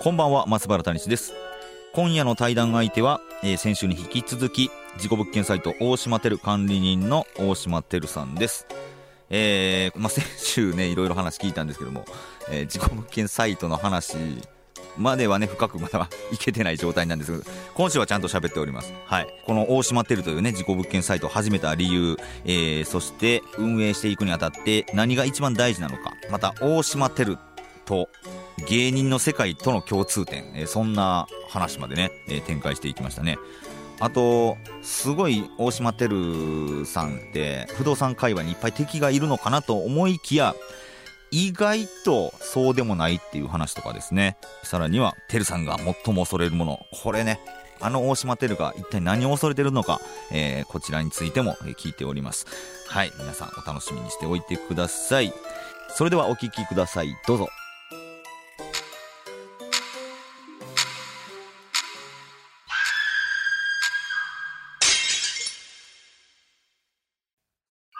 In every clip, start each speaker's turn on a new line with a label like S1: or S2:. S1: こんばんは、松原谷史です。今夜の対談相手は、えー先週に引き続き、事故物件サイト大島テル管理人の大島テルさんです。えーまあ、先週ね、いろいろ話聞いたんですけども、えー、事故物件サイトの話まではね、深くまだいけてない状態なんですけど、今週はちゃんと喋っております。はい。この大島テルというね、事故物件サイトを始めた理由、えーそして運営していくにあたって何が一番大事なのか、また大島テルと芸人の世界との共通点、えーそんな話までね、えー展開していきましたねあとすごい大島テルさんって不動産界隈にいっぱい敵がいるのかなと思いきや意外とそうでもないっていう話とかですねさらにはテルさんが最も恐れるものこれねあの大島テルが一体何を恐れてるのか、えーこちらについてもえー聞いておりますはい皆さんお楽しみにしておいてくださいそれではお聞きくださいどうぞ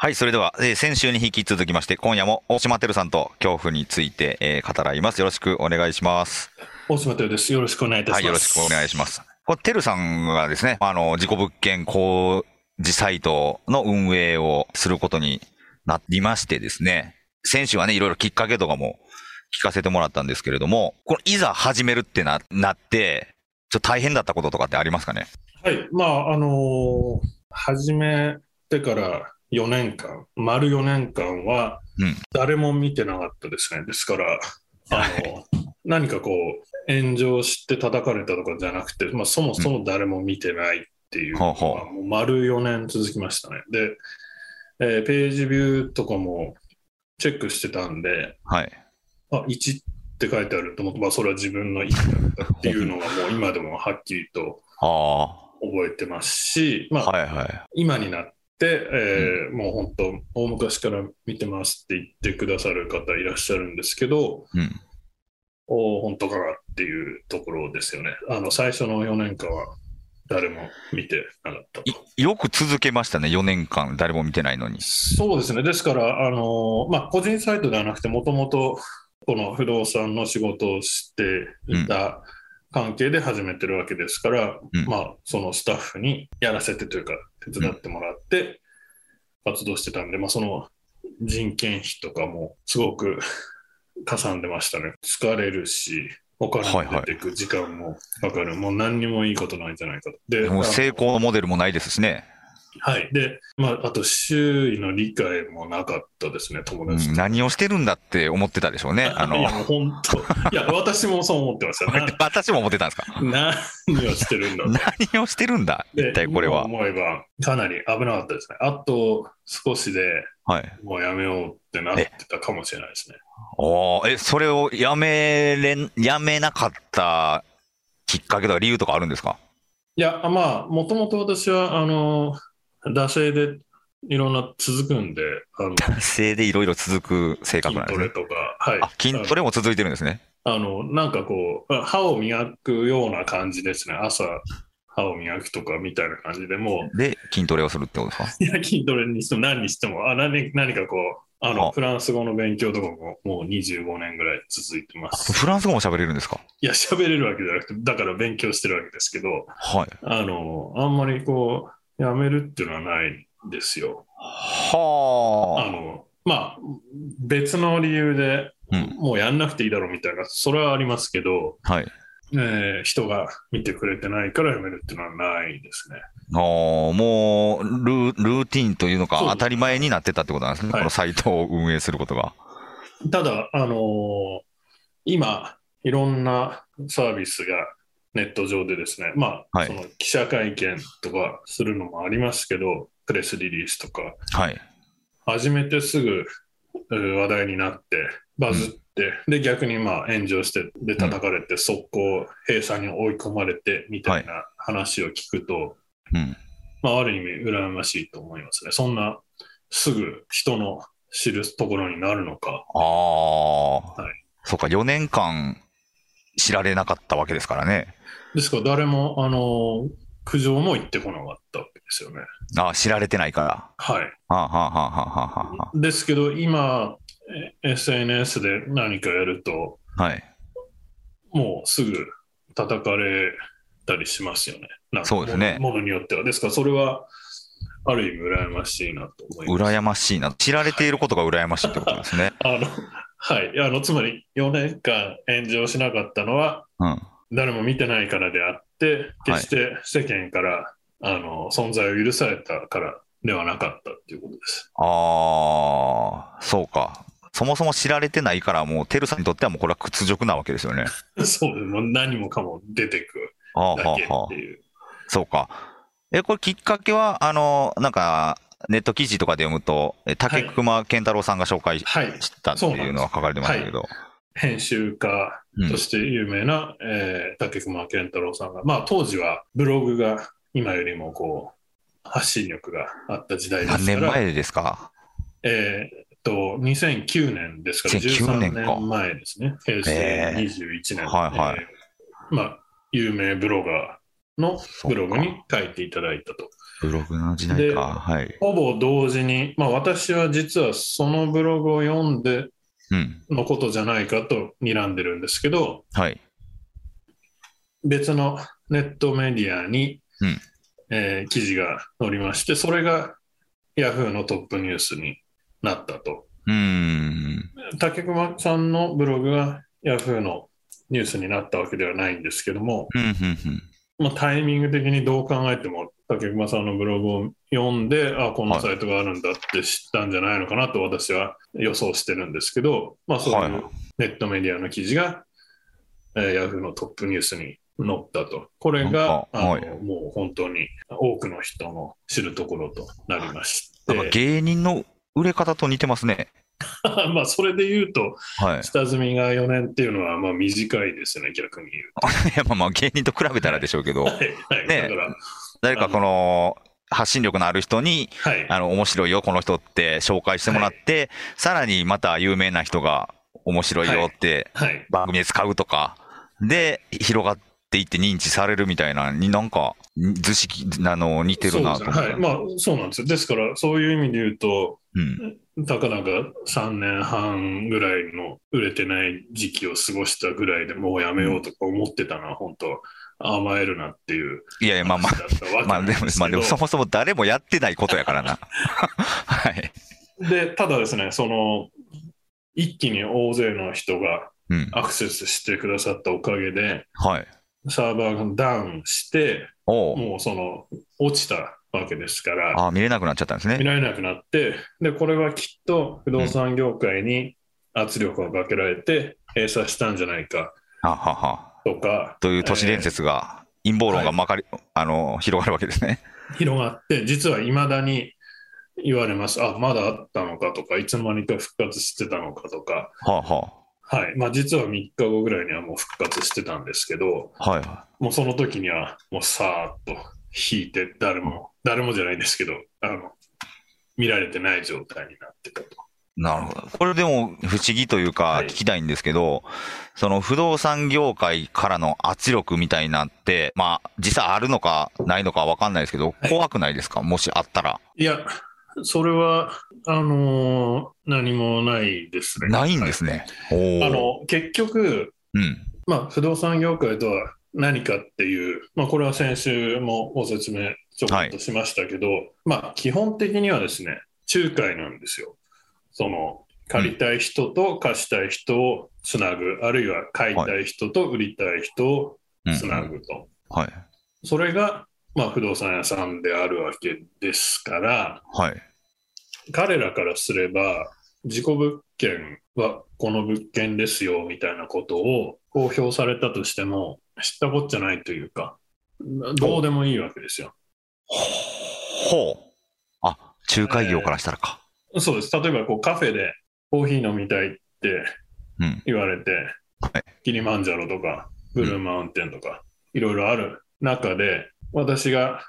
S1: はい、それでは、えー先週に引き続きまして、今夜も大島テルさんと恐怖について、えー語らいます。よろしくお願いします。
S2: 大島テルです。よろしくお願いいたしま
S1: は
S2: す。
S1: い、よろしくお願いします。これテルさんがですね、あの、自己物件工事サイトの運営をすることになりましてですね、先週はね、いろいろきっかけとかも聞かせてもらったんですけれども、これいざ始めるってな、なって、ちょっと大変だったこととかってありますかね
S2: はい、まあ、あのー始めてから4年間、丸4年間は
S1: うん、
S2: 誰も見てなかったですね。ですから、あの何かこう、炎上して叩かれたとかじゃなくて、まあ、そもそも誰も見てないっていう、
S1: ほうほ
S2: まあもう丸4年続きましたね。で、えーページビューとかもチェックしてたんで、
S1: う。はい。
S2: あ、1って書いてあると思って、まあ、それは自分の意見だったっていうのがもう今でもはっきりと
S1: ああ
S2: 覚えてますし、まあ、
S1: ー。はいはい。
S2: 今になって、えーもう本当、大昔から見てますって言ってくださる方いらっしゃるんですけど、
S1: うん。
S2: おお、本当かなっていうところですよね。あの最初の4年間は誰も見てなかったと。
S1: いよく続けましたね、4年間、誰も見てないのに。
S2: そうですね、ですから、あのーまあ、個人サイトではなくて、もともとこの不動産の仕事をしていた関係で始めてるわけですから、
S1: うん
S2: まあ、そのスタッフにやらせてというか、手伝ってもらって活動してたんで、まあ、その人件費とかもすごくかさんでましたね。疲れるし、お金
S1: はいは
S2: も
S1: い
S2: 出てく時間もかかる、もう何にもいいことないんじゃないかと。
S1: も
S2: で
S1: う
S2: あの
S1: 成功のモデルもないですしね。
S2: はい。で、まあ、あと周囲の理解もなかったですね、友達
S1: うん
S2: と。
S1: 何をしてるんだって思ってたでし ょうね。あ
S2: い
S1: の
S2: や、、もう本当。いや、私もそう思ってました
S1: 私も思ってたんですか。
S2: な何をしてるんだろう
S1: 何をしてるんだ
S2: で
S1: 一体これは。
S2: 今思えば、かなり危なかったですね。あと少しで
S1: はい。
S2: もうやめようってなってたかもしれないですね。
S1: おーえ、それをやめれん、やめなかったきっかけとか理由とかあるんですか
S2: いや、まあ、もともと私は、あの、惰性でいろんな続くんで、あの、
S1: 男性でいろいろ続く性格
S2: 筋
S1: なんで
S2: ト
S1: す
S2: レ
S1: ね。
S2: とか、はい。
S1: あ、筋トレも続いてるんですね。
S2: あの、なんかこう、歯を磨くような感じですね。朝、歯を磨くとかみたいな感じでも
S1: で、筋トレをするってことですか
S2: う、いや、筋トレにしても何にしても、あ何何かこう、あ
S1: あ
S2: の、フランス語の勉強とかももう25年ぐらい続いてます。
S1: フランス語も喋れるんですか
S2: いや、喋れるわけじゃなくて、だから勉強してるわけですけど、
S1: はい。
S2: あの、あんまりこう、やめるっていうのはないんですよ。あ
S1: は
S2: の、まあ、別の理由
S1: あ。
S2: で
S1: うん。
S2: もうやんなくていいだろうみたいな、それはありますけど、
S1: はい。
S2: えー人が見てくれてないからやめるっていうのはないですね。
S1: あーもうルー、ルーティンというのか、
S2: そうです
S1: 当たり前になってたってことなんですね、
S2: はい
S1: このサイトを運営することが。
S2: ただ、あのー今、いろんなサービスがネット上でですね、まあ、
S1: はい
S2: その記者会見とかするのもありますけど、プレスリリースとか、
S1: はい。
S2: 始めてすぐうー話題になって、バズって、って、で、逆にまあ炎上して、で、叩かれて、速攻閉鎖に追い込まれて、みたいな話を聞くと、
S3: うん。
S2: まあ、ある意味、羨ましいと思いますね。そんな、すぐ人の知るところになるのか。
S1: ああー、
S2: はい
S1: そうか、4年間知られなかったわけですからね。
S2: ですから、誰も、あの、苦情も言ってこなかったわけですよね。
S1: ああ、知られてないから。
S2: はい。
S1: はあ、はあはあはあはあは
S2: ですけど、今、え SNS で何かやると、
S1: あ、はい。
S2: もうすぐ叩かれたりしますよね。なんか
S1: そうですね
S2: ものものによっては。ですから、それは、ある意味、羨ましいなと思います。
S1: 羨ましいな。知られていることが羨ましいってことですね。
S2: あの、はい。あの、つまり、4年間炎上しなかったのは、
S1: うん。
S2: 誰も見てないからであって、決して世間から、あの存在を許されたからではなかったっていうことです。
S1: ああ、そうか。そもそも知られてないから、もう、てるさんにとってはもうこれは屈辱なわけですよね。
S2: そうです。も う何もかも出てく
S1: ああ、
S2: だ
S1: は
S2: け
S1: あ、は
S2: って
S1: あ。
S2: いう。
S1: そうか。え、これきっかけは、あの、なんか、ネット記事とかで読むと、え竹熊健太郎さんが紹介し
S2: はい。
S1: たっていうのは書かれてましたけど。
S2: 編集家として有名な、えー竹熊健太郎さんが、まあ当時はブログが今よりもこう、発信力があった時代ですから。
S1: 何年前ですか
S2: えーっと、2009年ですから、
S1: 2009
S2: 13
S1: 年
S2: 年
S1: か
S2: 前ですね。平成21年。
S1: はいはい
S2: えーまあ、有名ブロガーのブログ
S1: そ
S2: に書いていただいたと。
S1: ブログの時代
S2: で
S1: か。はい。
S2: ほぼ同時に、まあ私は実はそのブログを読んで
S1: うん。
S2: のことじゃないかと睨んでるんですけど、
S1: はい。
S2: 別のネットメディアに、
S1: うん
S2: えー記事が載りまして、それが Yahoo のトップニュースになったと。
S1: うーん。
S2: 竹熊さんのブログが Yahoo のニュースになったわけではないんですけども、
S1: うん、うん、うん。
S2: まあ、タイミング的にどう考えても竹熊さんのブログを読んであこんなサイトがあるんだって知ったんじゃないのかなと私は予想してるんですけど、まあ、そう
S1: はい
S2: い
S1: はいう
S2: ネットメディアの記事が、えー Yahoo のトップニュースに載ったとこれ
S1: な
S2: が
S1: んか
S2: あ
S1: はい
S2: のもう本当に多くの人の知るところとなりまし
S1: なんか
S2: て、
S1: 芸人の売れ方と似てますね。
S2: まあそれで言うと
S1: はい。
S2: 下積みが4年っていうのはまあ短いですね、逆に言う
S1: い や、まあまあ芸人と比べたらでしょうけど、
S2: と。はい、
S1: ね
S2: だから、
S1: 誰かこの発信力のある人に、
S2: はい、
S1: あの、面白いよ、この人って紹介してもらって、さらにまた有名な人が面白いよって
S2: はい、
S1: 番組で使うとか、で、広がっていって認知されるみたいな、になんか、図式、あの、似てるな
S2: そ
S1: と思っ
S2: うです
S1: た
S2: ね。はい、まあそうなんですよ。ですから、そういう意味で言うと、
S1: うん。
S2: たかなか3年半ぐらいの売れてない時期を過ごしたぐらいでもうやめようとか思ってたのは、本当、甘えるなっていう
S1: いやいや、まあま
S2: 話
S1: あ、
S2: だったわ
S1: ま
S2: けな
S1: あ
S2: ん
S1: でも、
S2: す
S1: まあで
S2: けど
S1: も、そもそも誰もやってないことやからな。 はい。
S2: で、ただですね、その、一気に大勢の人が
S1: うん。
S2: アクセスしてくださったおかげで、
S1: はい。
S2: サーバーがダウンして、
S1: おう
S2: もうその落ちたわけですから、
S1: ああ、見れなくなっちゃったんです
S2: 見
S1: ね。
S2: られなくなって、でこれはきっと不動産業界に圧力をかけられて閉鎖したんじゃないか
S1: あはは。
S2: とか、
S1: という都市伝説が、陰謀論がまかり、あの、広がるわけですね。
S2: 広がって、実はいまだに言われます、あまだあったのかとか、いつの間にか復活してたのかとか、
S1: はあ、は
S2: はいまあ、実は3日後ぐらいにはもう復活してたんですけど、
S1: あ、はいは
S2: もうその時には、もうさーっと引いて、誰も、誰もじゃないですけど、あの見られてない状態になってたと。
S1: い。なるほど。これでも不思議というか
S2: は、い
S1: 聞きたいんですけど、その不動産業界からの圧力みたいなって、まあ、実際あるのかないのかわかんないですけど、
S2: はい
S1: 怖くないですかもしあったら。
S2: いや、それは、あのー何もないですね。
S1: ないんですね。お
S2: はい。あ
S1: お。
S2: の、結局、
S1: うん。
S2: まあ、不動産業界とは何かっていう、まあ、これは先週もご説明ちょこっとしましたけど、まあ、基本的にはですね、仲介なんですよ。その、借りたい人と貸したい人をつなぐ、あるいは買いたい人と売りたい人を
S1: うん
S2: つなぐと。
S1: はい。
S2: それが、まあ、不動産屋さんであるわけですから、
S1: はい。
S2: 彼らからすれば、事故物件はこの物件ですよみたいなことを公表されたとしても、知ったこっちゃないというか、どうでもいいわけですよ。
S1: ほう。あ、仲介業からしたらか。
S2: そうです。例えばこうカフェでコーヒー飲みたいって
S1: うん
S2: 言われて、
S1: はい
S2: キリマンジャロとか、ブルーマウンテンとか、いろいろある中で、私が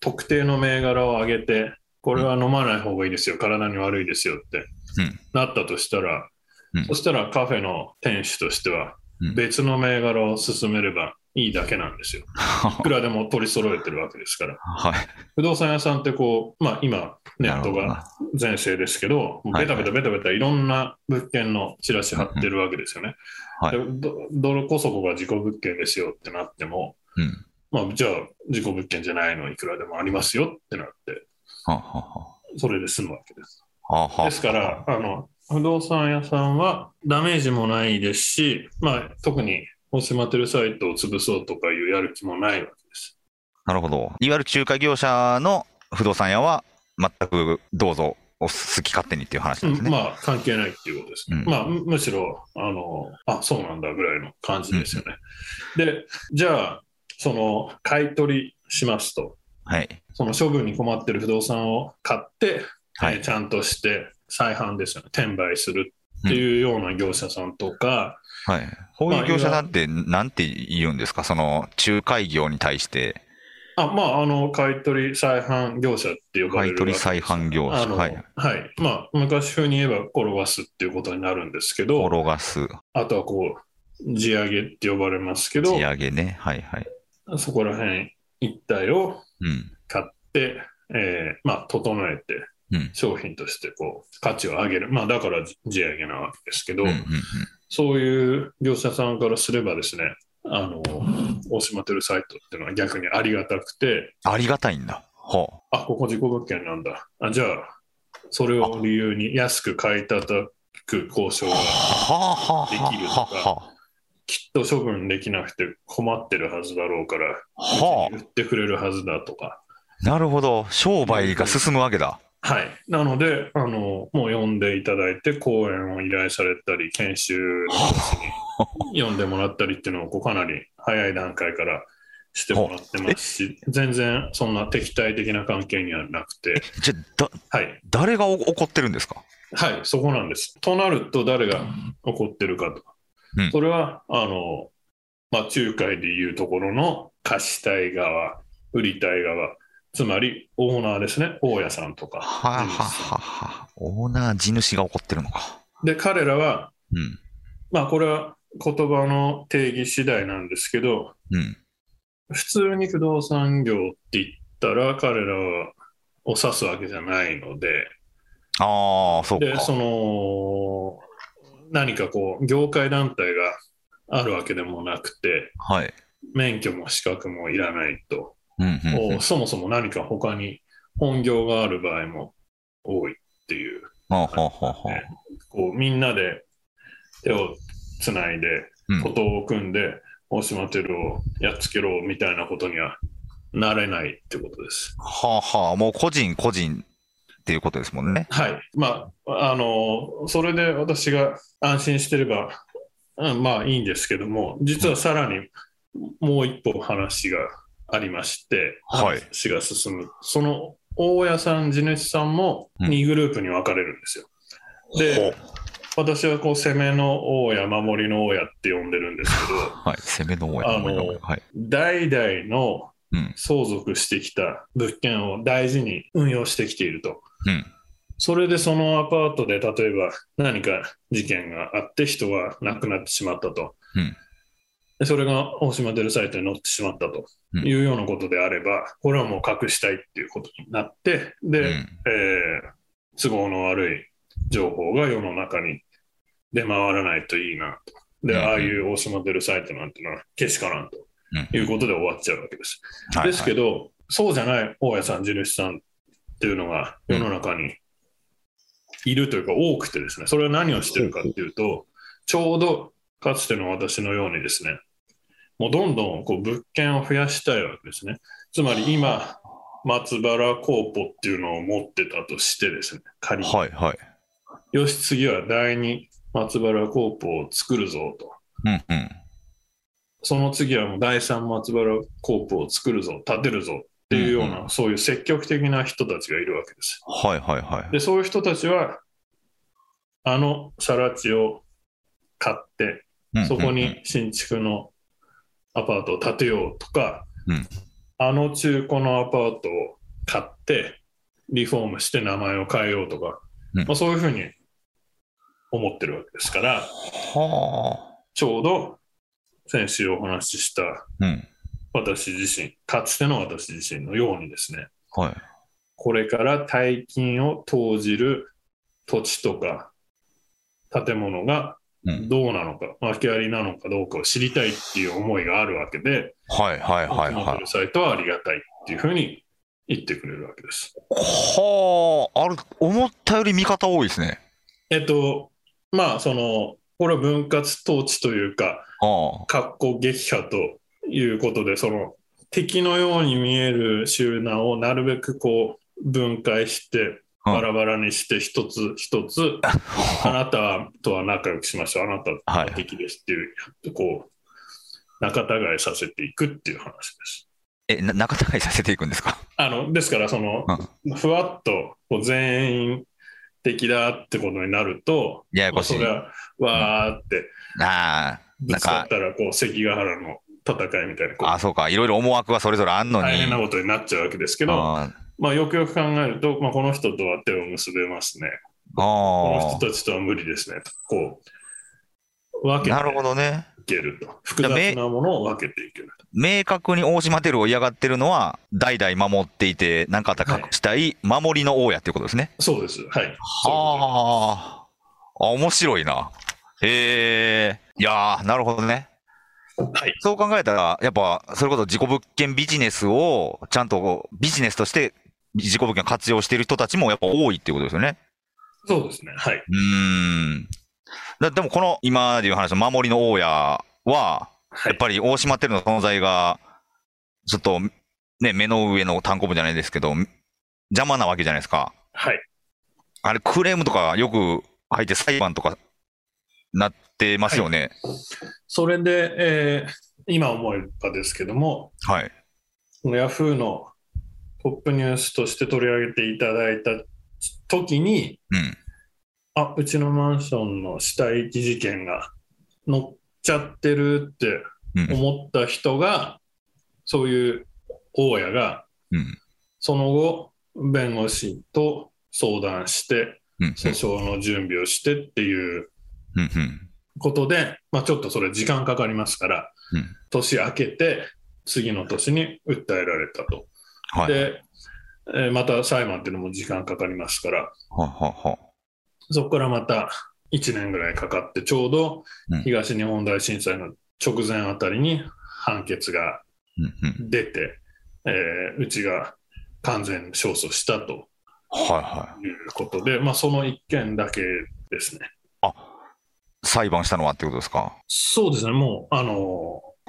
S2: 特定の銘柄を上げて、これは飲まない方がいいですよ、体に悪いですよって、
S1: うん
S2: なったとしたら、
S1: うん
S2: そしたらカフェの店主としては
S1: うん、
S2: 別の銘柄を進めればいいだけなんですよ。いくらでも取り揃えてるわけですから。
S1: はい。
S2: 不動産屋さんってこう、まあ今、ネッ
S1: な
S2: ト
S1: るほど
S2: が
S1: な
S2: 全盛ですけど、もう
S1: はい
S2: ベタベタベタベタいろんな物件のチラシ貼ってるわけですよね。
S1: はい
S2: でどどれこそこが事故物件ですよってなっても、
S1: うん。
S2: まあじゃあ事故物件じゃないのいくらでもありますよってなって、
S1: はあは
S2: それで済むわけです。
S1: あはあはあはあ
S2: ですから、あの、不動産屋さんはダメージもないですし、まあ特に大島テルサイトを潰そうとかいうやる気もないわけです。
S1: なるほど。いわゆる仲介業者の不動産屋は、全くどうぞ、お好き勝手にっていう話なんですね。
S2: まあ関係ないっていうことですね。
S1: うん
S2: まあむむしろ、あの、あ、そうなんだぐらいの感じですよね。で、じゃあ、その、買い取りしますと、
S1: はい。
S2: その処分に困ってる不動産を買って、
S1: は
S2: えー
S1: い。
S2: ちゃんとして再販ですよね、転売するっていうような業者さんとか、
S1: はい。こういう業者さんって、なんて言うんですかその、仲介業に対して、
S2: あまあ、あの、買い取り再販業者って呼ば
S1: 買
S2: れ
S1: い
S2: るわけ
S1: 取
S2: で
S1: り
S2: す
S1: 再販業
S2: あ
S1: 者。
S2: の、
S1: は
S2: はいい。。まあ、昔風に言えば転がすっていうことになるんですけど、
S1: 転がす、
S2: あとはこう、地上げって呼ばれますけど
S1: 地、上げね。はいはい。
S2: そこら辺一帯を
S1: うん。
S2: 買って、えーまあ、整えて
S1: うん、
S2: 商品としてこう価値を上げる、まあ、だから地上げなわけですけど、
S1: うんうんうん。
S2: そういう業者さんからすればですね、あの大島テルサイトっていうのは逆にありがたくて、
S1: ありがたいんだ。ほ
S2: あここ事故物件なんだ、あじゃあ、それを理由に安く買い叩く交渉
S1: う。
S2: が
S1: はあはあ
S2: で
S1: は
S2: きると
S1: あ
S2: か
S1: は
S2: きっと処分できなくて困ってるはずだろうから、
S1: あ。は
S2: 売ってくれるはずだとか、
S1: あ。なるほど。商売が進むわけだ。
S2: はい、なのであの、もう呼んでいただいて、講演を依頼されたり、研修 に呼んでもらったりっていうのをこうかなり早い段階からしてもらってますし、全然そんな敵対的な関係にはなくて、
S1: じゃあ、だ、
S2: はい、
S1: 誰がお怒ってるんですか
S2: はい、そこなんです。となると、誰が怒ってるかとか、
S1: うん
S2: それはあの、まあ、仲介でいうところの貸したい側、売りたい側、つまりオーナーですね、大家さんとか。
S1: はあはあ
S2: 地主
S1: は
S2: さん
S1: あはあ。オーナー、地主が怒ってるのか。
S2: で彼らは
S1: うん。
S2: まあこれは言葉の定義次第なんですけど、
S1: うん。
S2: 普通に不動産業って言ったら彼らはを指すわけじゃないので、
S1: ああ、そう
S2: で、
S1: か。
S2: その、何かこう、業界団体があるわけでもなくて、
S1: はい。
S2: 免許も資格もいらないと、
S1: うんうんうん。
S2: そもそも何か他に本業がある場合も多いっていう、
S1: はあはあはあはあ。
S2: こうみんなで手をつないで、
S1: うん
S2: ことを組んで、大島テルをやっつけろみたいなことにはなれないってことです。
S1: はあはあ。もう個人個人っていうことですもんね。
S2: はい。まあ、あの、それで私が安心してれば、うん、まあいいんですけども、実はさらにもう一歩話がありまして、
S1: はい
S2: 話が進む。その大家さん、地主さんも
S1: うん
S2: 2グループに分かれるんですよ。で、私はこう攻めの大家、守りの大家って呼んでるんですけど、
S1: はい。攻めの応援。
S2: あの
S1: はい。
S2: 代々の
S1: うん
S2: 相続してきた物件を大事に運用してきていると。
S1: うん。
S2: それでそのアパートで例えば何か事件があって人が亡くなってしまったと。
S1: うん
S2: でそれが大島デルサイトに載ってしまったと
S1: うん
S2: いうようなことであれば、これはもう隠したいっていうことになって、で、
S1: うん
S2: えー都合の悪い情報が世の中に出回らないといいなと。で、
S1: うんうん
S2: ああいう大島出るサイトなんてのはけしからんと
S1: うん
S2: いうことで終わっちゃうわけです。
S1: はい
S2: ですけど、そうじゃない大家さん、地主さんっていうのが世の中にいるというか多くてですね、それは何をしてるかっていうと、ちょうどかつての私のようにですね、もうどんどんこう物件を増やしたいわけですね。つまり今、松原コーポっていうのを持ってたとしてですね、仮に。
S1: はいはい。
S2: よし、次は第二松原コーポを作るぞと。
S1: うんうん。
S2: その次はもう第三松原コープを作るぞ、建てるぞっていうような、
S1: うん
S2: そういう積極的な人たちがいるわけです。
S1: はいはいはい。
S2: で、そういう人たちは、あの更地を買って、
S1: うん
S2: そこ
S1: うん
S2: に新築のアパートを建てようとか、
S1: うん
S2: あの中古のアパートを買って、リフォームして名前を変えようとか、
S1: うん
S2: まあ、そういうふうに思ってるわけですから、
S1: は
S2: ちょうど先週お話しした
S1: あ。うん。
S2: 私自身、かつての私自身のようにですね、
S1: はい。
S2: これから大金を投じる土地とか建物が
S1: うん
S2: どうなのか、訳ありなのかどうかを知りたいっていう思いがあるわけで、
S1: はいはいはい
S2: 持っ
S1: は
S2: て
S1: い
S2: る。サイトはありがたいっていうふうに言ってくれるわけです。
S1: はあ、ある、思ったより味方多いですね。
S2: えっと、まあ、その、これは分割統治というか、
S1: あ
S2: 格好撃破ということで、その敵のように見える集団をなるべくこう分解して、
S1: うん
S2: バラバラにして、一つ一つ、 あなたとは仲良くしましょう、あなた
S1: はい
S2: は敵ですっていう、こう、仲違いさせていくっていう話です。
S1: え、な仲違いさせていくんですか
S2: あのですから、その、ふわっとこう全員敵だってことになると、
S1: ややこし
S2: そ
S1: い
S2: れ。はわーって
S1: あ
S2: ぶつかったら、こう、関ヶ原の戦いみたいな、こ
S1: あ、
S2: う
S1: あ、そうか。いろいろ思惑はそれぞれあんのに。
S2: 大変なことになっちゃうわけですけど、
S1: あ
S2: まあ、よくよく考えると、まあ、この人とは手を結べますね、
S1: あ
S2: この
S1: あ
S2: 人たちとは無理ですね、こう、分
S1: あ。
S2: け
S1: なる
S2: て
S1: ほどね。
S2: いけると、複雑
S1: だめ
S2: なものを分けていける
S1: 明確に大島テルを嫌がってるのは、代々守っていて、何かあったら隠したい守りの王やっていうことですね。
S2: と。そうです、はい。そういうこ
S1: はあ。あ、面白いな。へえ。いやー、なるほどね。
S2: はい。
S1: そう考えたら、やっぱ、それこそ自己物件ビジネスを、ちゃんとこうビジネスとして、自己物件を活用している人たちもやっぱ多いっていうことですよね。
S2: とそうですね、はい。
S1: うーん。だでもこの今でいう話の守りの大家は、
S2: は
S1: やっ
S2: い、
S1: ぱり大島テルの存在が、ちょっと、ね、目の上の単行部じゃないですけど、邪魔なわけじゃないですか。
S2: はい、
S1: あれ、クレームとかよく入って裁判とかなってますよね。
S2: それで、えー今思えばですけども、
S1: はい。
S2: そのヤフーのトップニュースとして取り上げていただいた時に、
S1: うん。
S2: あ、うちのマンションの死体遺棄事件が乗っちゃってるって
S1: うん。
S2: 思った人が、そういう大家が、
S1: うん。
S2: その後、弁護士と相談して、
S1: うん。
S2: 訴訟の準備をしてっていう
S1: うん。うん。
S2: ことで、まあ、ちょっとそれ時間かかりますから、
S1: うん
S2: 年明けて、次の年に訴えられたと。
S1: はい。はい
S2: で、えーまた裁判っていうのも時間かかりますから、
S1: はいは
S2: そこからまた1年ぐらいかかって、ちょうど
S1: うん
S2: 東日本大震災の直前あたりに判決が
S1: い。うん。うん。
S2: 出て、えーうちが完全勝訴したと
S1: はいは
S2: いうことで、まあ、その1件だけですね。
S1: い。裁判したのはってことですか。
S2: そうですね、もう、あの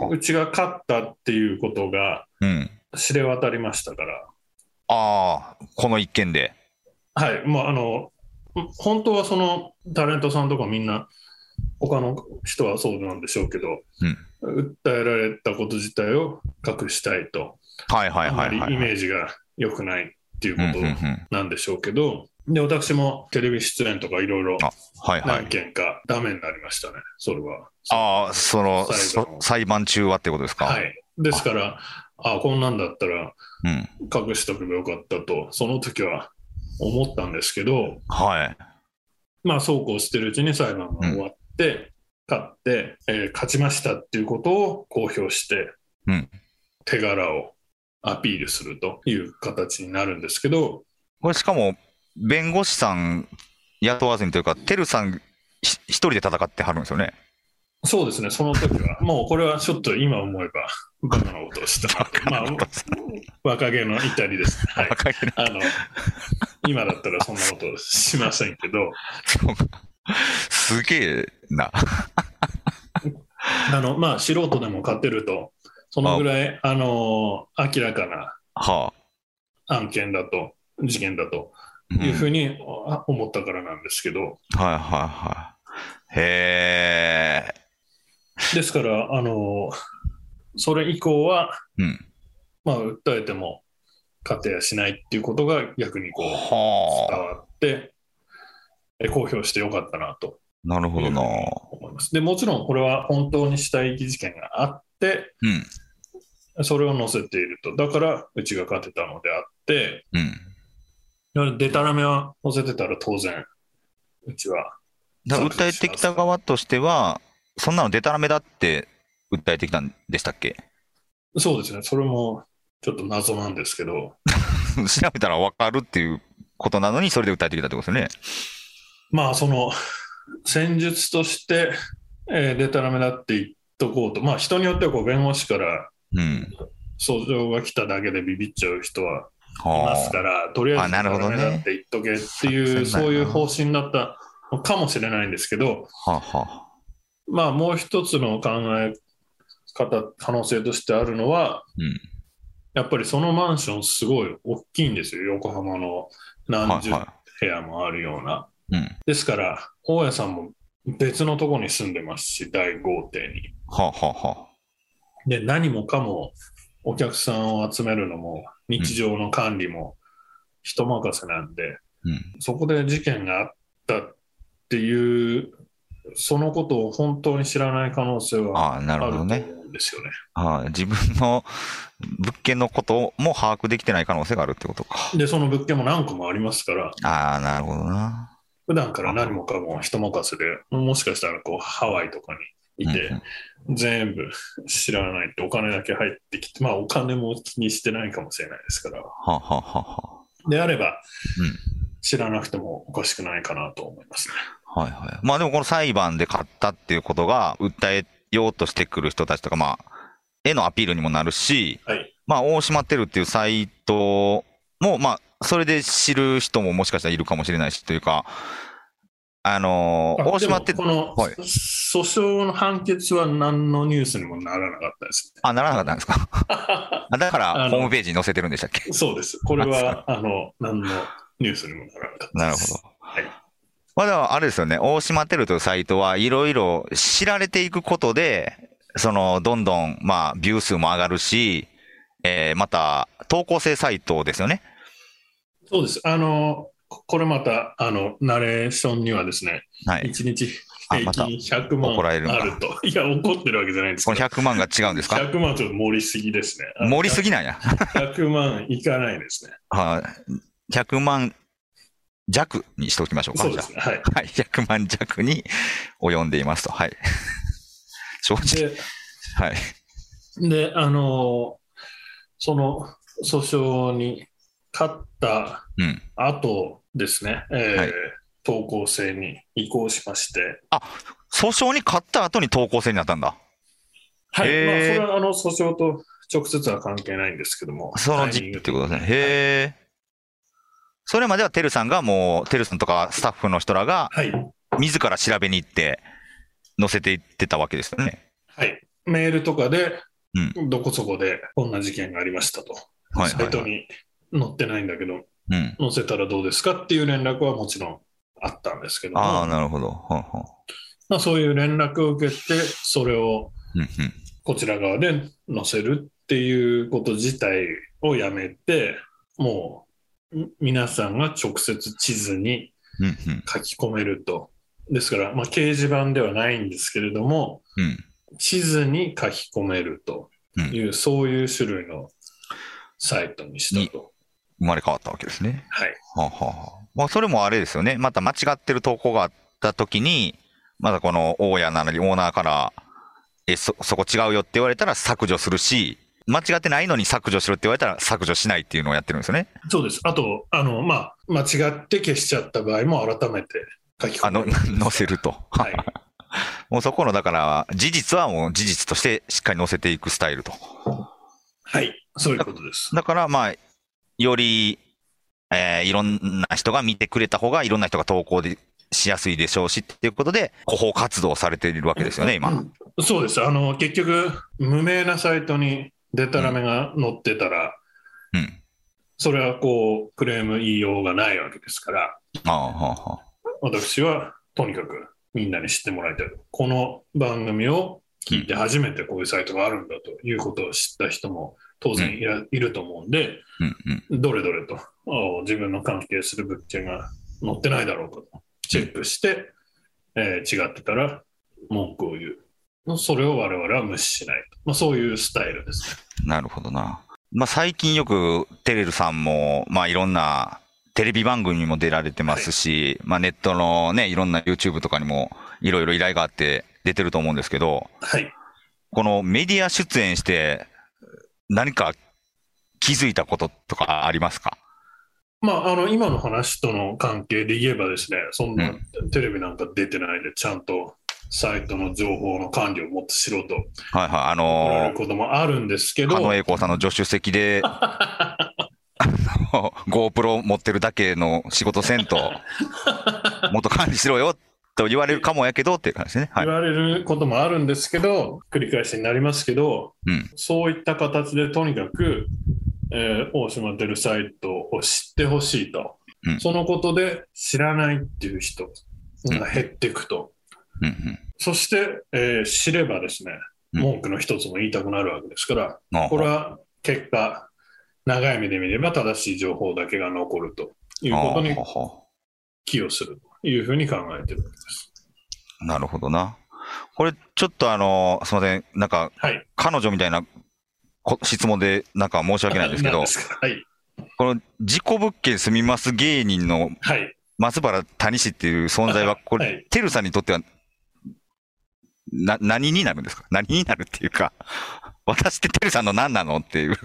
S2: うちが勝ったっていうことが
S1: うん。
S2: 知れ渡りましたから、
S1: ああ、この一件で。
S2: はい、もうあの、本当はそのタレントさんとかみんな、他の人はそうなんでしょうけど、
S1: うん。
S2: 訴えられたこと自体を隠したいと、
S1: はいはい
S2: あま
S1: はい
S2: り
S1: はい。
S2: イメージが良くないっていう
S1: うんうんう
S2: こ
S1: ん。
S2: となんでしょうけど、で私もテレビ出演とかいろいろ
S1: あはいはい
S2: 何。件かダメになりましたね、それは。
S1: ああ、その
S2: 裁判
S1: そ裁判中はってことですか。
S2: はい、ですから、あこんなんだったら
S1: うん。
S2: 隠しとけばよかったと、その時は思ったんですけど、
S1: はい。
S2: まあ、そうこうしてるうちに裁判が終わって、勝って、えー勝ちましたっていうことを公表して、
S1: うん
S2: 手柄をアピールするという形になるんですけど、
S1: これしかも、弁護士さん雇わずにというか、てるさんひ一人で戦ってはるんですよね。
S2: そうですね、その時は、もうこれはちょっと今思えば、バカなことをした。まあ、若気の至りです。はい。
S1: 若いな
S2: あの、今だったらそんなことしませんけど、
S1: そうかすげえな。
S2: あの、まあ、素人でも勝てると、そのぐらい、あの、明らかな
S1: はあ。
S2: 案件だと、事件だと
S1: うん
S2: いうふうにあ思ったからなんですけど、
S1: はいはいはい。へえ。
S2: ですから、あの、それ以降は、
S1: うん。
S2: まあ、訴えても勝てやしないっていうことが逆にこう、伝
S1: はあ。
S2: わって、え公表してよかったなと
S1: なるほどな。
S2: 思います。ます。で、もちろんこれは本当に死体遺棄事件があって、
S1: うん。
S2: それを載せていると。だから、うちが勝てたのであって、
S1: うん。
S2: だからデタラメは載せてたら当然、うちは。
S1: だから訴えてきた側としては、そんなのデタラメだって訴えてきたんでしたっけ
S2: そうですね。それもちょっと謎なんですけど、
S1: 調べたらわかるっていうことなのに、それで訴えてきたってことですよね。
S2: まあ、その、戦術として、えーデタラメだって言っとこうと。まあ、人によってはこう弁護士から
S1: うん。
S2: 訴状が来ただけでビビっちゃう人は
S1: あ
S2: いますから、とりあえず
S1: あなるほどね
S2: ダメだって言っとけってい
S1: 作戦
S2: う、
S1: だ
S2: そ
S1: よな
S2: ういう方針だったのかもしれないんですけど、
S1: はあはあ。
S2: まあ、もう一つの考え方、可能性としてあるのは、
S1: うん
S2: やっぱりそのマンション、すごい大きいんですよ、横浜の何
S1: はい
S2: 十
S1: は
S2: 部屋もあるような。
S1: い。うん。
S2: ですから、大家さんも別のとこに住んでますし、第豪邸に。
S1: はあはあはあ。
S2: で、何もかもお客さんを集めるのも、日常の管理も人任せなんで、
S1: うん。
S2: そこで事件があったっていう、そのことを本当に知らない可能性
S1: あ
S2: は
S1: あ、な
S2: あ
S1: る
S2: る
S1: ほ
S2: と
S1: ど
S2: 思
S1: ね。
S2: うんですよね。
S1: ああ自分の物件のことも把握できてない可能性があるってことか。
S2: で、その物件も何個もありますから、
S1: ああ、なるほどな。
S2: 普段から何もかも人任せで、もしかしたらこうハワイとかにいて
S1: うん、
S2: 全部知らないってお金だけ入ってきて、まあお金も気にしてないかもしれないですから、
S1: はあはあはあはあ。
S2: であれば
S1: うん、
S2: 知らなくてもおかしくないかなと思いますね。
S1: はいはい。まあでもこの裁判で勝ったっていうことが、訴えようとしてくる人たちとか、まあ、へのアピールにもなるし、
S2: はい。
S1: まあ、大島テルっていうサイトも、まあ、それで知る人ももしかしたらいるかもしれないし、というか、あのー
S2: あ
S1: 大島って
S2: でも、この
S1: はい
S2: 訴訟の判決は何のニュースにもならなかったですね。
S1: あ、ならなかったんですかあだから、
S2: あの
S1: ホームページに載せてるんでしたっけ
S2: そうです。これ
S1: あ
S2: は、あの、何のニュースにもならなかった
S1: なるほ
S2: です。
S1: ど。
S2: はい
S1: まあだからあれですよね、大島テルというサイトはいろいろ知られていくことで、そのどんどん、まあ、ビュー数も上がるし、えーまた投稿制サイトですよね。
S2: そうです。あの、ここれまた、あの、ナレーションにはですね、
S1: はい。
S2: 1日
S1: あ
S2: 平
S1: また
S2: 均100万
S1: 怒られるんだ
S2: あると。いや、怒ってるわけじゃないんです
S1: こ
S2: け
S1: の
S2: ど、
S1: 100万が違うんですか
S2: 100万ちょっと盛りすぎですね。
S1: 盛りすぎなんや。
S2: 100万いかないですね。
S1: はい100万弱にしておきましょうか。
S2: そうですね。はい。
S1: じゃあはい。100万弱に及んでいますと。はい。正直。はい。
S2: で、で、あの、その訴訟に勝った
S1: うん。
S2: 後ですね、えー
S1: はい
S2: 投稿制に移行しまして、
S1: 訴訟に勝った後に投稿制になったんだ。
S2: はい
S1: へ
S2: まあ、そ
S1: ー
S2: れはあの訴訟と直接は関係ないんですけども、
S1: その
S2: タイミ
S1: 時
S2: ン
S1: 期
S2: グ
S1: ってことですね。
S2: はい
S1: へえ。それまではてるさんがもう、てるさんとかスタッフの人らが、
S2: はい、
S1: 自ら調べに行って、載せていってたわけですよね。
S2: はい、メールとかで、どこそこでこんな事件がありましたと、
S1: はい
S2: サ
S1: は
S2: イ
S1: い、
S2: ト
S1: はい。
S2: に載ってないんだけど、
S1: うん。
S2: 載せたらどうですかっていう連絡はもちろんあったんですけども、
S1: ああ、なるほど。はんはん
S2: まあ、そういう連絡を受けて、それを
S1: うんうん
S2: こちら側で載せるっていうこと自体をやめて、もうん皆さんが直接地図に
S1: うんうん
S2: 書き込めると。ですから、まあ、掲示板ではないんですけれども、
S1: うん
S2: 地図に書き込めるという、そういう種類のサイトにしたと。
S1: 生まれ変わったわけですね。
S2: はい。
S1: はあはあはあまあ、それもあれですよね。また間違ってる投稿があった時に、まだこの大家なのにオーナーから、え、そ、そこ違うよって言われたら削除するし、間違ってないのに削除しろって言われたら削除しないっていうのをやってるんですよね。
S2: そうです。あと、あの、まあ、間違って消しちゃった場合も改めて書き
S1: あ
S2: 込め
S1: の、
S2: る。
S1: 載せると。
S2: はい。
S1: もうそこの、だから、事実はもう事実としてしっかり載せていくスタイルと。
S2: はい。そういうこと です。
S1: だから、まあ、より、えーいろんな人が見てくれた方が、いろんな人が投稿でしやすいでしょうし、っていうことで、広報活動をされているわけですよね、今。
S2: そうです。あの、結局、無名なサイトにデタラメが載ってたら、
S1: うん。
S2: それはこう、クレーム言いようがないわけですから、
S1: ああ、はあ、はあ。
S2: 私はとにかくみんなに知ってもらいたい。この番組を聞いて初めてこういうサイトがあるんだということを知った人も当然いら、いると思うんで、
S1: うん、うん。
S2: どれどれと、ああ自分の関係する物件が載ってないだろうかと、チェックして、えー違ってたら文句を言う。それを我々は無視しない。まあ、そういうスタイルですね。
S1: なるほどな。まあ、最近よくテレルさんも、まあ、いろんなテレビ番組にも出られてますし、まあ、ネットのね、いろんな YouTube とかにもいろいろ依頼があって出てると思うんですけど、
S2: はい。
S1: このメディア出演して何か気づいたこととかありますか
S2: まあ、あの、今の話との関係で言えばですね、そんな
S1: う
S2: テレビなんか出てないで、ちゃんとサイトの情報の管理をもっとしろと
S1: はいはい。あ
S2: 言われ
S1: の
S2: ることもあるんですけ
S1: ー、狩
S2: ど
S1: 野、英孝さんの助手席 で、あの GoPro 持ってるだけの仕事せんと、 もっと管理しろよと言われるかもやけどっていう感じですね。はい
S2: 言。われることもあるんですけど、繰り返しになりますけど、
S1: うん
S2: そういった形でとにかく、えー大島出るサイトを知ってほしいと、
S1: うん
S2: そのことで知らないっていう人が減っていくと、
S1: うんうん。
S2: そして、えー知ればですね、
S1: うん
S2: 文句の一つも言いたくなるわけですから、
S1: あ
S2: これは結果、長い目で見れば正しい情報だけが残るということに
S1: ああ
S2: 寄与するというふうに考えてるわけです。
S1: なるほどな。これ、ちょっとあの、すみません、なんか、
S2: はい。
S1: 彼女みたいなこ質問で、なんか申し訳ないんですけど
S2: で、すかはい。
S1: この、事故物件住みます芸人の
S2: はい。
S1: 松原谷氏っていう存在は、これ、
S2: はい
S1: てるさんにとっては、な、何になるんですか 何になるっていうか、私っててるさんの何なのっていう、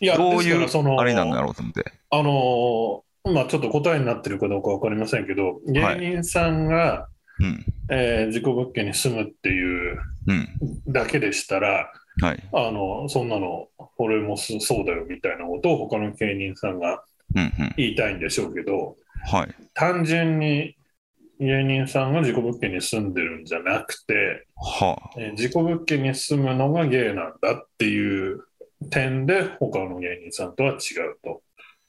S2: いや、
S1: どうい
S2: ですから
S1: う
S2: その、
S1: あれなんだろうと思って。
S2: あのーまあちょっと答えになってるかどうかわかりませんけど、
S1: は
S2: 芸
S1: い
S2: 人さんが、
S1: うん。
S2: えー自己物件に住むっていう
S1: うん。
S2: だけでしたら、
S1: はい。
S2: あの、そんなの、俺もそそうだよみたいなことを他の芸人さんが
S1: うんうん。
S2: 言いたいんでしょうけど、
S1: はい。
S2: 単純に芸人さんが自己物件に住んでるんじゃなくて、
S1: はあ。
S2: えー自己物件に住むのが芸なんだっていう点で、他の芸人さんとは違うと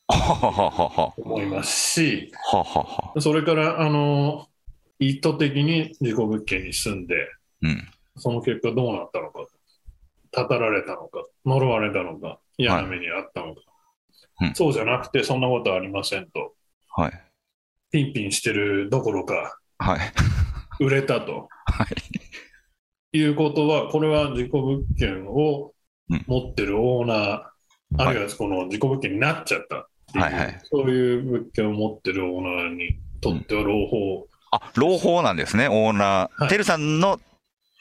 S1: はあはあはあは
S2: 思いますし、
S1: あ。はあはあはあ。
S2: それから、あの、意図的に事故物件に住んで、
S1: うん。
S2: その結果どうなったのか、たたられたのか、呪われたのか、嫌な目にあったのか、
S1: はいうん
S2: そうじゃなくて、そんなことはありませんと、
S1: はい。
S2: ピンピンしてるどころか、
S1: はい。
S2: 売れたと
S1: はい。
S2: いうことは、これは事故物件を
S1: うん
S2: 持ってるオーナー、
S1: い
S2: あるいはこの事故物件になっちゃったっていう、
S1: はいはい
S2: そういう物件を持ってるオーナーにとっては朗報、
S1: あ、朗報なんですね、オーナー。
S2: はい
S1: てるさんの、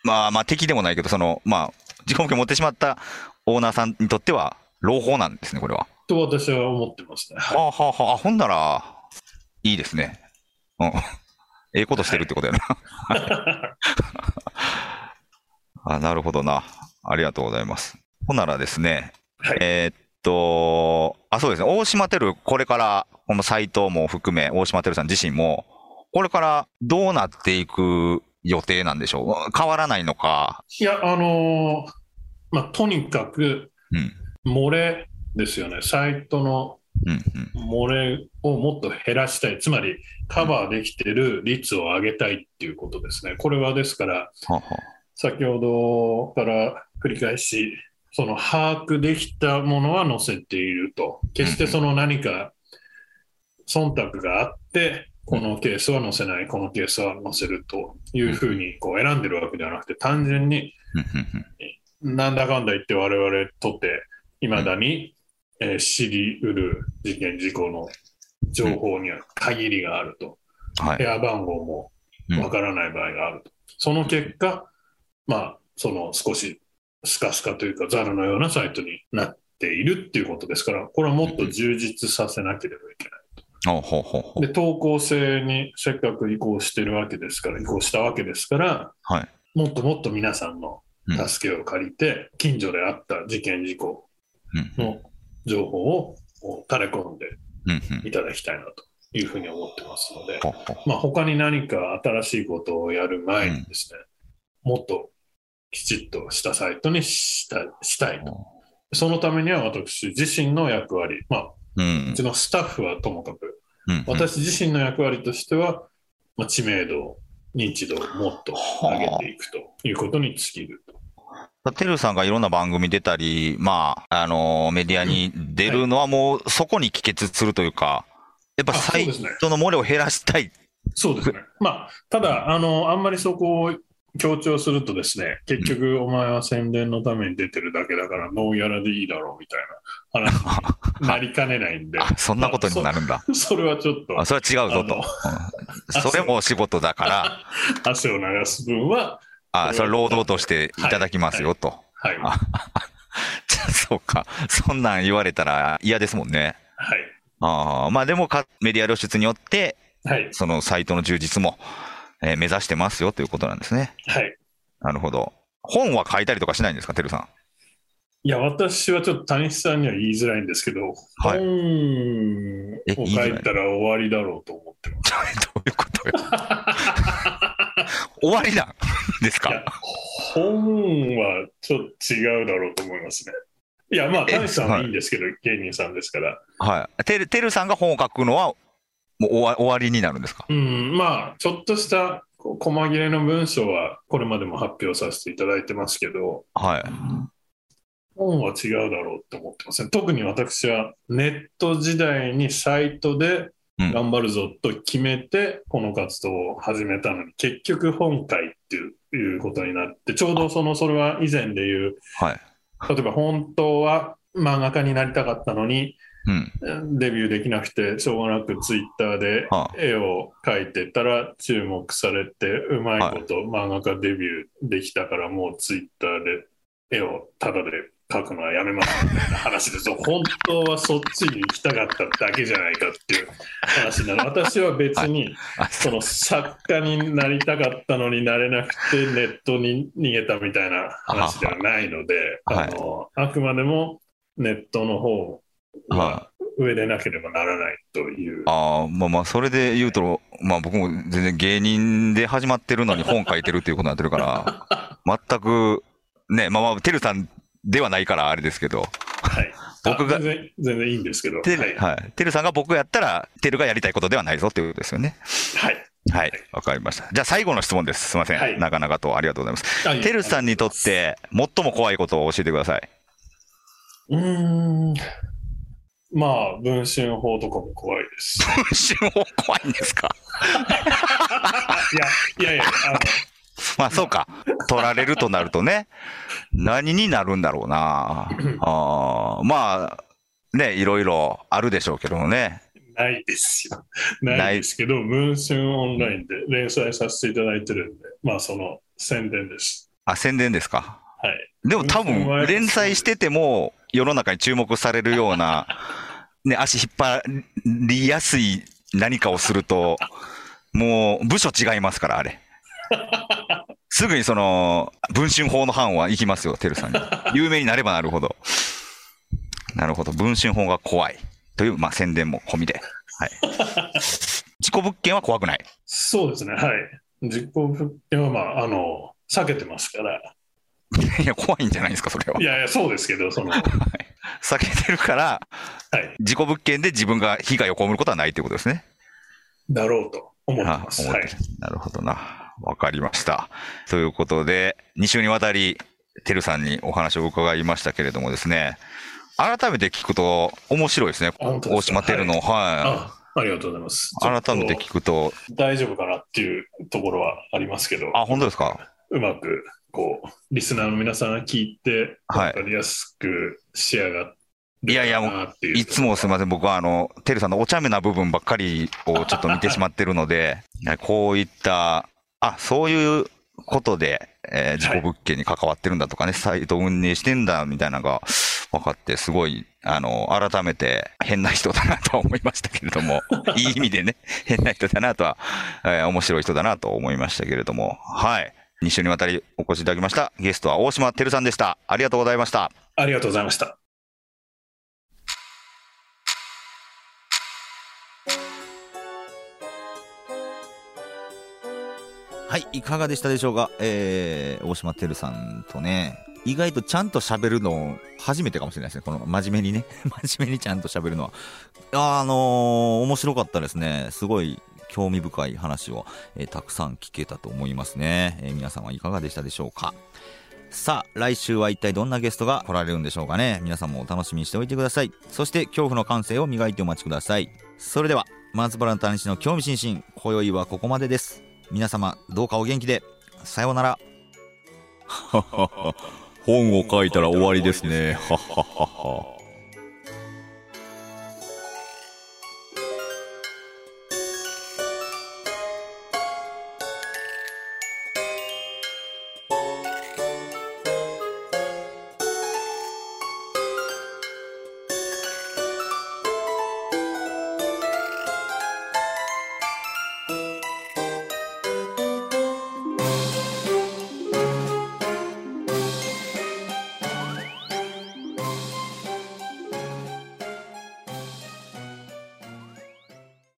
S1: まあまあ敵でもないけど、その、まあ、自己保険持ってしまったオーナーさんにとっては、朗報なんですね、これは。
S2: と私は思ってますね。
S1: はあはあはあ、あほんなら、いいですね。うん。ええことしてるってことやな。 あ、なるほどな。ありがとうございます。ほんならですね、
S2: はい
S1: えーっと、あ、そうですね、大島テル、これから、このサイトも含め、大島テルさん自身も、これからどうなっていく予定なんでしょう変わらないのか。
S2: いや、あのーまあ、とにかく、
S1: うん。
S2: 漏れですよね、サイトの
S1: うん、うん。
S2: 漏れをもっと減らしたい、つまりカバーできてる率を上げたいっていうことですね。これはですから、
S1: はあはあ
S2: 先ほどから繰り返し、その把握できたものは載せていると、決してその何か忖度があって、このケースは載せない、このケースは載せるというふうにこう選んでるわけではなくて、単純に
S1: うんうんうん
S2: なんだかんだ言って我々とって、いまだに、えー知り得る事件事故の情報には限りがあると。
S1: はい
S2: 部。屋番号もわからない場合があると。その結果、まあ、その少しスカスカというか、ザルのようなサイトになっているっていうことですから、これはもっと充実させなければいけない。
S1: ほうほうほうほう
S2: で、投稿制にせっかく移行してるわけですから、移行したわけですから、
S1: はい。
S2: もっともっと皆さんの
S1: うん
S2: 助けを借りて、近所であった事件事故
S1: うん
S2: の情報をこう垂れ込んで
S1: うんうん
S2: いただきたいなというふうに思ってますので、
S1: ほうほう
S2: まあ、他に何か新しいことをやる前にですね、もっときちっとしたサイトにしたしたいと。そのためには私自身の役割、まあ、
S1: うん
S2: うちのスタッフはともかく、
S1: うんうん
S2: 私自身の役割としては、まあ、知名度、認知度をもっと上げていくということに尽きると。
S1: てるさんがいろんな番組出たり、まあ、あのーメディアに出るのはもうそこに帰結するというか、やっぱ
S2: あ
S1: サ
S2: そう
S1: イ
S2: ですね
S1: トの漏れを減らしたいっ
S2: そうですね。まあ、ただ、あの、あんまりそこを強調するとですね、結局、お前は宣伝のために出てるだけだから、ノンやらでいいだろうみたいな話になりかねないん で、
S1: あそんなことにもなるんだ。
S2: それはちょっと
S1: あ、それは違うぞと。うんそれもお仕事だから、
S2: 汗を流す分は、
S1: あ、それは労働としていただきますよと。
S2: はい、
S1: あ
S2: は
S1: じゃあ そうか。そんなん言われたら嫌ですもんね。
S2: い、
S1: ああ、まあでもかメディア露出によって、
S2: はい、
S1: そのサイトの充実も、えー目指してますよということなんですね。
S2: はい。
S1: なるほど。本は書いたりとかしないんですか、てるさん。
S2: いや、私はちょっと谷口さんには言いづらいんですけど、
S1: はいえ言いづら
S2: 本を書
S1: い
S2: いたら終わりだろうと思ってます。
S1: どういうことよ。 終わりなんです
S2: いや
S1: か。
S2: 本はちょっと違うだろうと思いますね。いや、まあ、
S1: え
S2: 谷口さん
S1: は
S2: はいいいんですけど、芸人さんですから。
S1: はい。てる、てるさんが本を書くのは、もう終わ終わりになるんですか。
S2: うん、まあ、ちょっとしたこう細切れの文章は、これまでも発表させていただいてますけど、
S1: はい。
S2: 本は違うだろうって思ってますね。特に私は、ネット時代にサイトで
S1: うん
S2: 頑張るぞと決めて、この活動を始めたのに、結局本会っていういうことになって、ちょうどその、それは以前でいう、
S1: はい。
S2: 例えば本当は漫画家になりたかったのに、
S1: うん。
S2: デビューできなくて、しょうがなくツイッターで
S1: はあ
S2: 絵を描いてたら注目されて、うまいこと漫画家デビューできたから、もうツイッターで絵をタダで描くのはやめますみたいな話です。本当はそっちに行きたかっただけじゃないかっていう話なの。私は別に、
S1: あ、
S2: その作家になりたかったのになれなくて、ネットに逃げたみたいな話ではないので、
S1: はい
S2: あのあくまでもネットの方
S1: はい
S2: は。上でなければならないという。
S1: ああ、まあまあ、それで言うと、まあ僕も全然芸人で始まってるのに本書いてるっていうことになってる から、全く、ね、まあまあ、てるさんではないからあれですけど、
S2: はい、
S1: 僕が
S2: あ全然全然いいんですけど、
S1: て
S2: はい
S1: る、はい。てるさんが僕やったら、てるがやりたいことではないぞっていうことですよね。
S2: はい
S1: はい。わかりました。じゃあ最後の質問です。すいません。
S2: はい
S1: なかなかとありがとうございます。
S2: あいえ
S1: てるさんにとって、最も怖いことを教えてください。
S2: うーん、まあ、文春法とかも怖 いです。
S1: 文春法怖いんですか
S2: いや、いやいや、あ
S1: まあそうか。取られるとなるとね、何になるんだろうな。あーまあ、ね、いろいろあるでしょうけどもね。
S2: の、ないですよ。
S1: ない
S2: ないですけど、文春オンラインで連載させていただいてるんで、まあ、その宣伝です。
S1: あ、宣伝ですか。
S2: はい。
S1: でも多
S2: 宣伝は
S1: 分、
S2: やっぱそう
S1: 連載してても、世の中に注目されるような、 ね、足引っ張りやすい何かをすると、もう部署違いますから、あ れ。すぐにその、文春法の班は行きますよ、てる さんに。有名になればなるほど。なるほど。文春法が怖い。という、まあ、宣伝も込みで。 はい。事故物件は怖くない。
S2: そうですね、はい。実行物件は、まあ、あの、避けてますから。。
S1: いや、怖いんじゃないですか、それはい
S2: やいや、そうですけど、その、はい。
S1: 避けてるから、事故物件で自分が被害を被ることはないということですね。
S2: だろうと思ってます。
S1: あ思
S2: は
S1: っ
S2: い
S1: て。るなるほどな。わかりました。ということで、2週にわたり、てるさんにお話を伺いましたけれどもですね、改めて聞くと面白いですね。
S2: あ本当
S1: 大
S2: です
S1: 島
S2: か
S1: てるの、は
S2: あありがとうございます。
S1: い。改めて聞くと、
S2: 大丈夫かなっていうところはありますけど、
S1: あ、本当ですか
S2: うまくこうリスナーの皆さんが聞いて、
S1: はい
S2: わかりやすく仕上がって
S1: いやいやもう
S2: っていう
S1: いつもすみません。僕はあの、てるさんのお茶目な部分ばっかりをちょっと見てしまってるの で、いやこういった、あ、そういうことで、えー、事故物件に関わってるんだとかね、サイト運営してんだみたいなのが分かって、すごい、あの、改めて変な人だなとは思いましたけれど も、いい意味でね、変な人だなとは、えー面白い人だなと思いましたけれども、はい。2週にわたりお越しいただきました。ゲストは大島てるさんでした。ありがとうございました。
S2: ありがとうございました。
S3: はい、いかがでしたでしょうか、えー、大島てるさんとね、意外とちゃんと喋るの、初めてかもしれないですね、この真面目にね、 真面目にちゃんと喋るのは。いやーあのー面白かったですね、すごい興味深い話を、えーたくさん聞けたと思いますね、えー皆さんはいかがでしたでしょうか。さあ来週は一体どんなゲストが来られるんでしょうかね皆さんもお楽しみにしておいてくださいそして恐怖の感性を磨いてお待ちくださいそれでは
S1: 松原の谷氏の興味津々今宵はここまでです皆様どうかお元気でさようなら
S4: 本を書いたら終わりですね。はははは。